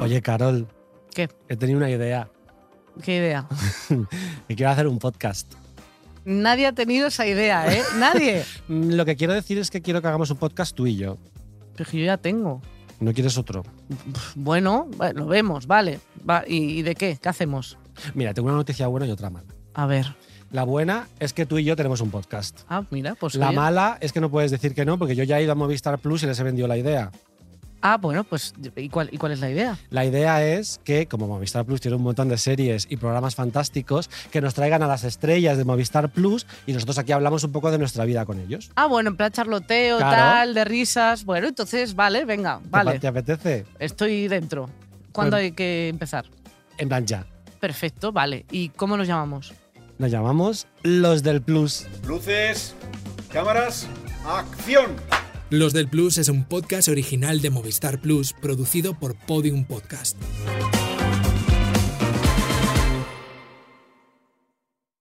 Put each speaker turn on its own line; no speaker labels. Oye, Carol.
¿Qué?
He tenido una idea.
Qué idea.
Y quiero hacer un podcast.
Nadie ha tenido esa idea, ¿eh? Nadie.
Mm, Lo que quiero decir es que quiero que hagamos un podcast tú y yo.
Pero es que yo ya tengo.
¿No quieres otro?
Bueno, va- lo vemos, vale. Va, ¿y, y de qué? ¿Qué hacemos?
Mira, tengo una noticia buena y otra mala.
A ver.
La buena es que tú y yo tenemos un podcast.
Ah, mira, pues.
La
oye.
mala es que no puedes decir que no, porque yo ya he ido a Movistar Plus y les he vendido la idea.
Ah, bueno, pues. ¿Y cuál, y cuál es la idea?
La idea es que, como Movistar Plus tiene un montón de series y programas fantásticos, que nos traigan a las estrellas de Movistar Plus y nosotros aquí hablamos un poco de nuestra vida con ellos.
Ah, bueno, en plan charloteo,
Claro.
tal, de risas. Bueno, entonces, vale, venga,
¿Te pa-
vale.
¿Te apetece?
Estoy dentro. ¿Cuándo
Pues-
hay que empezar?
En plan, ya.
Perfecto, vale. ¿Y cómo nos llamamos?
Nos llamamos Los del Plus.
Luces, cámaras, acción.
Los del Plus es un podcast original de Movistar Plus producido por Podium Podcast.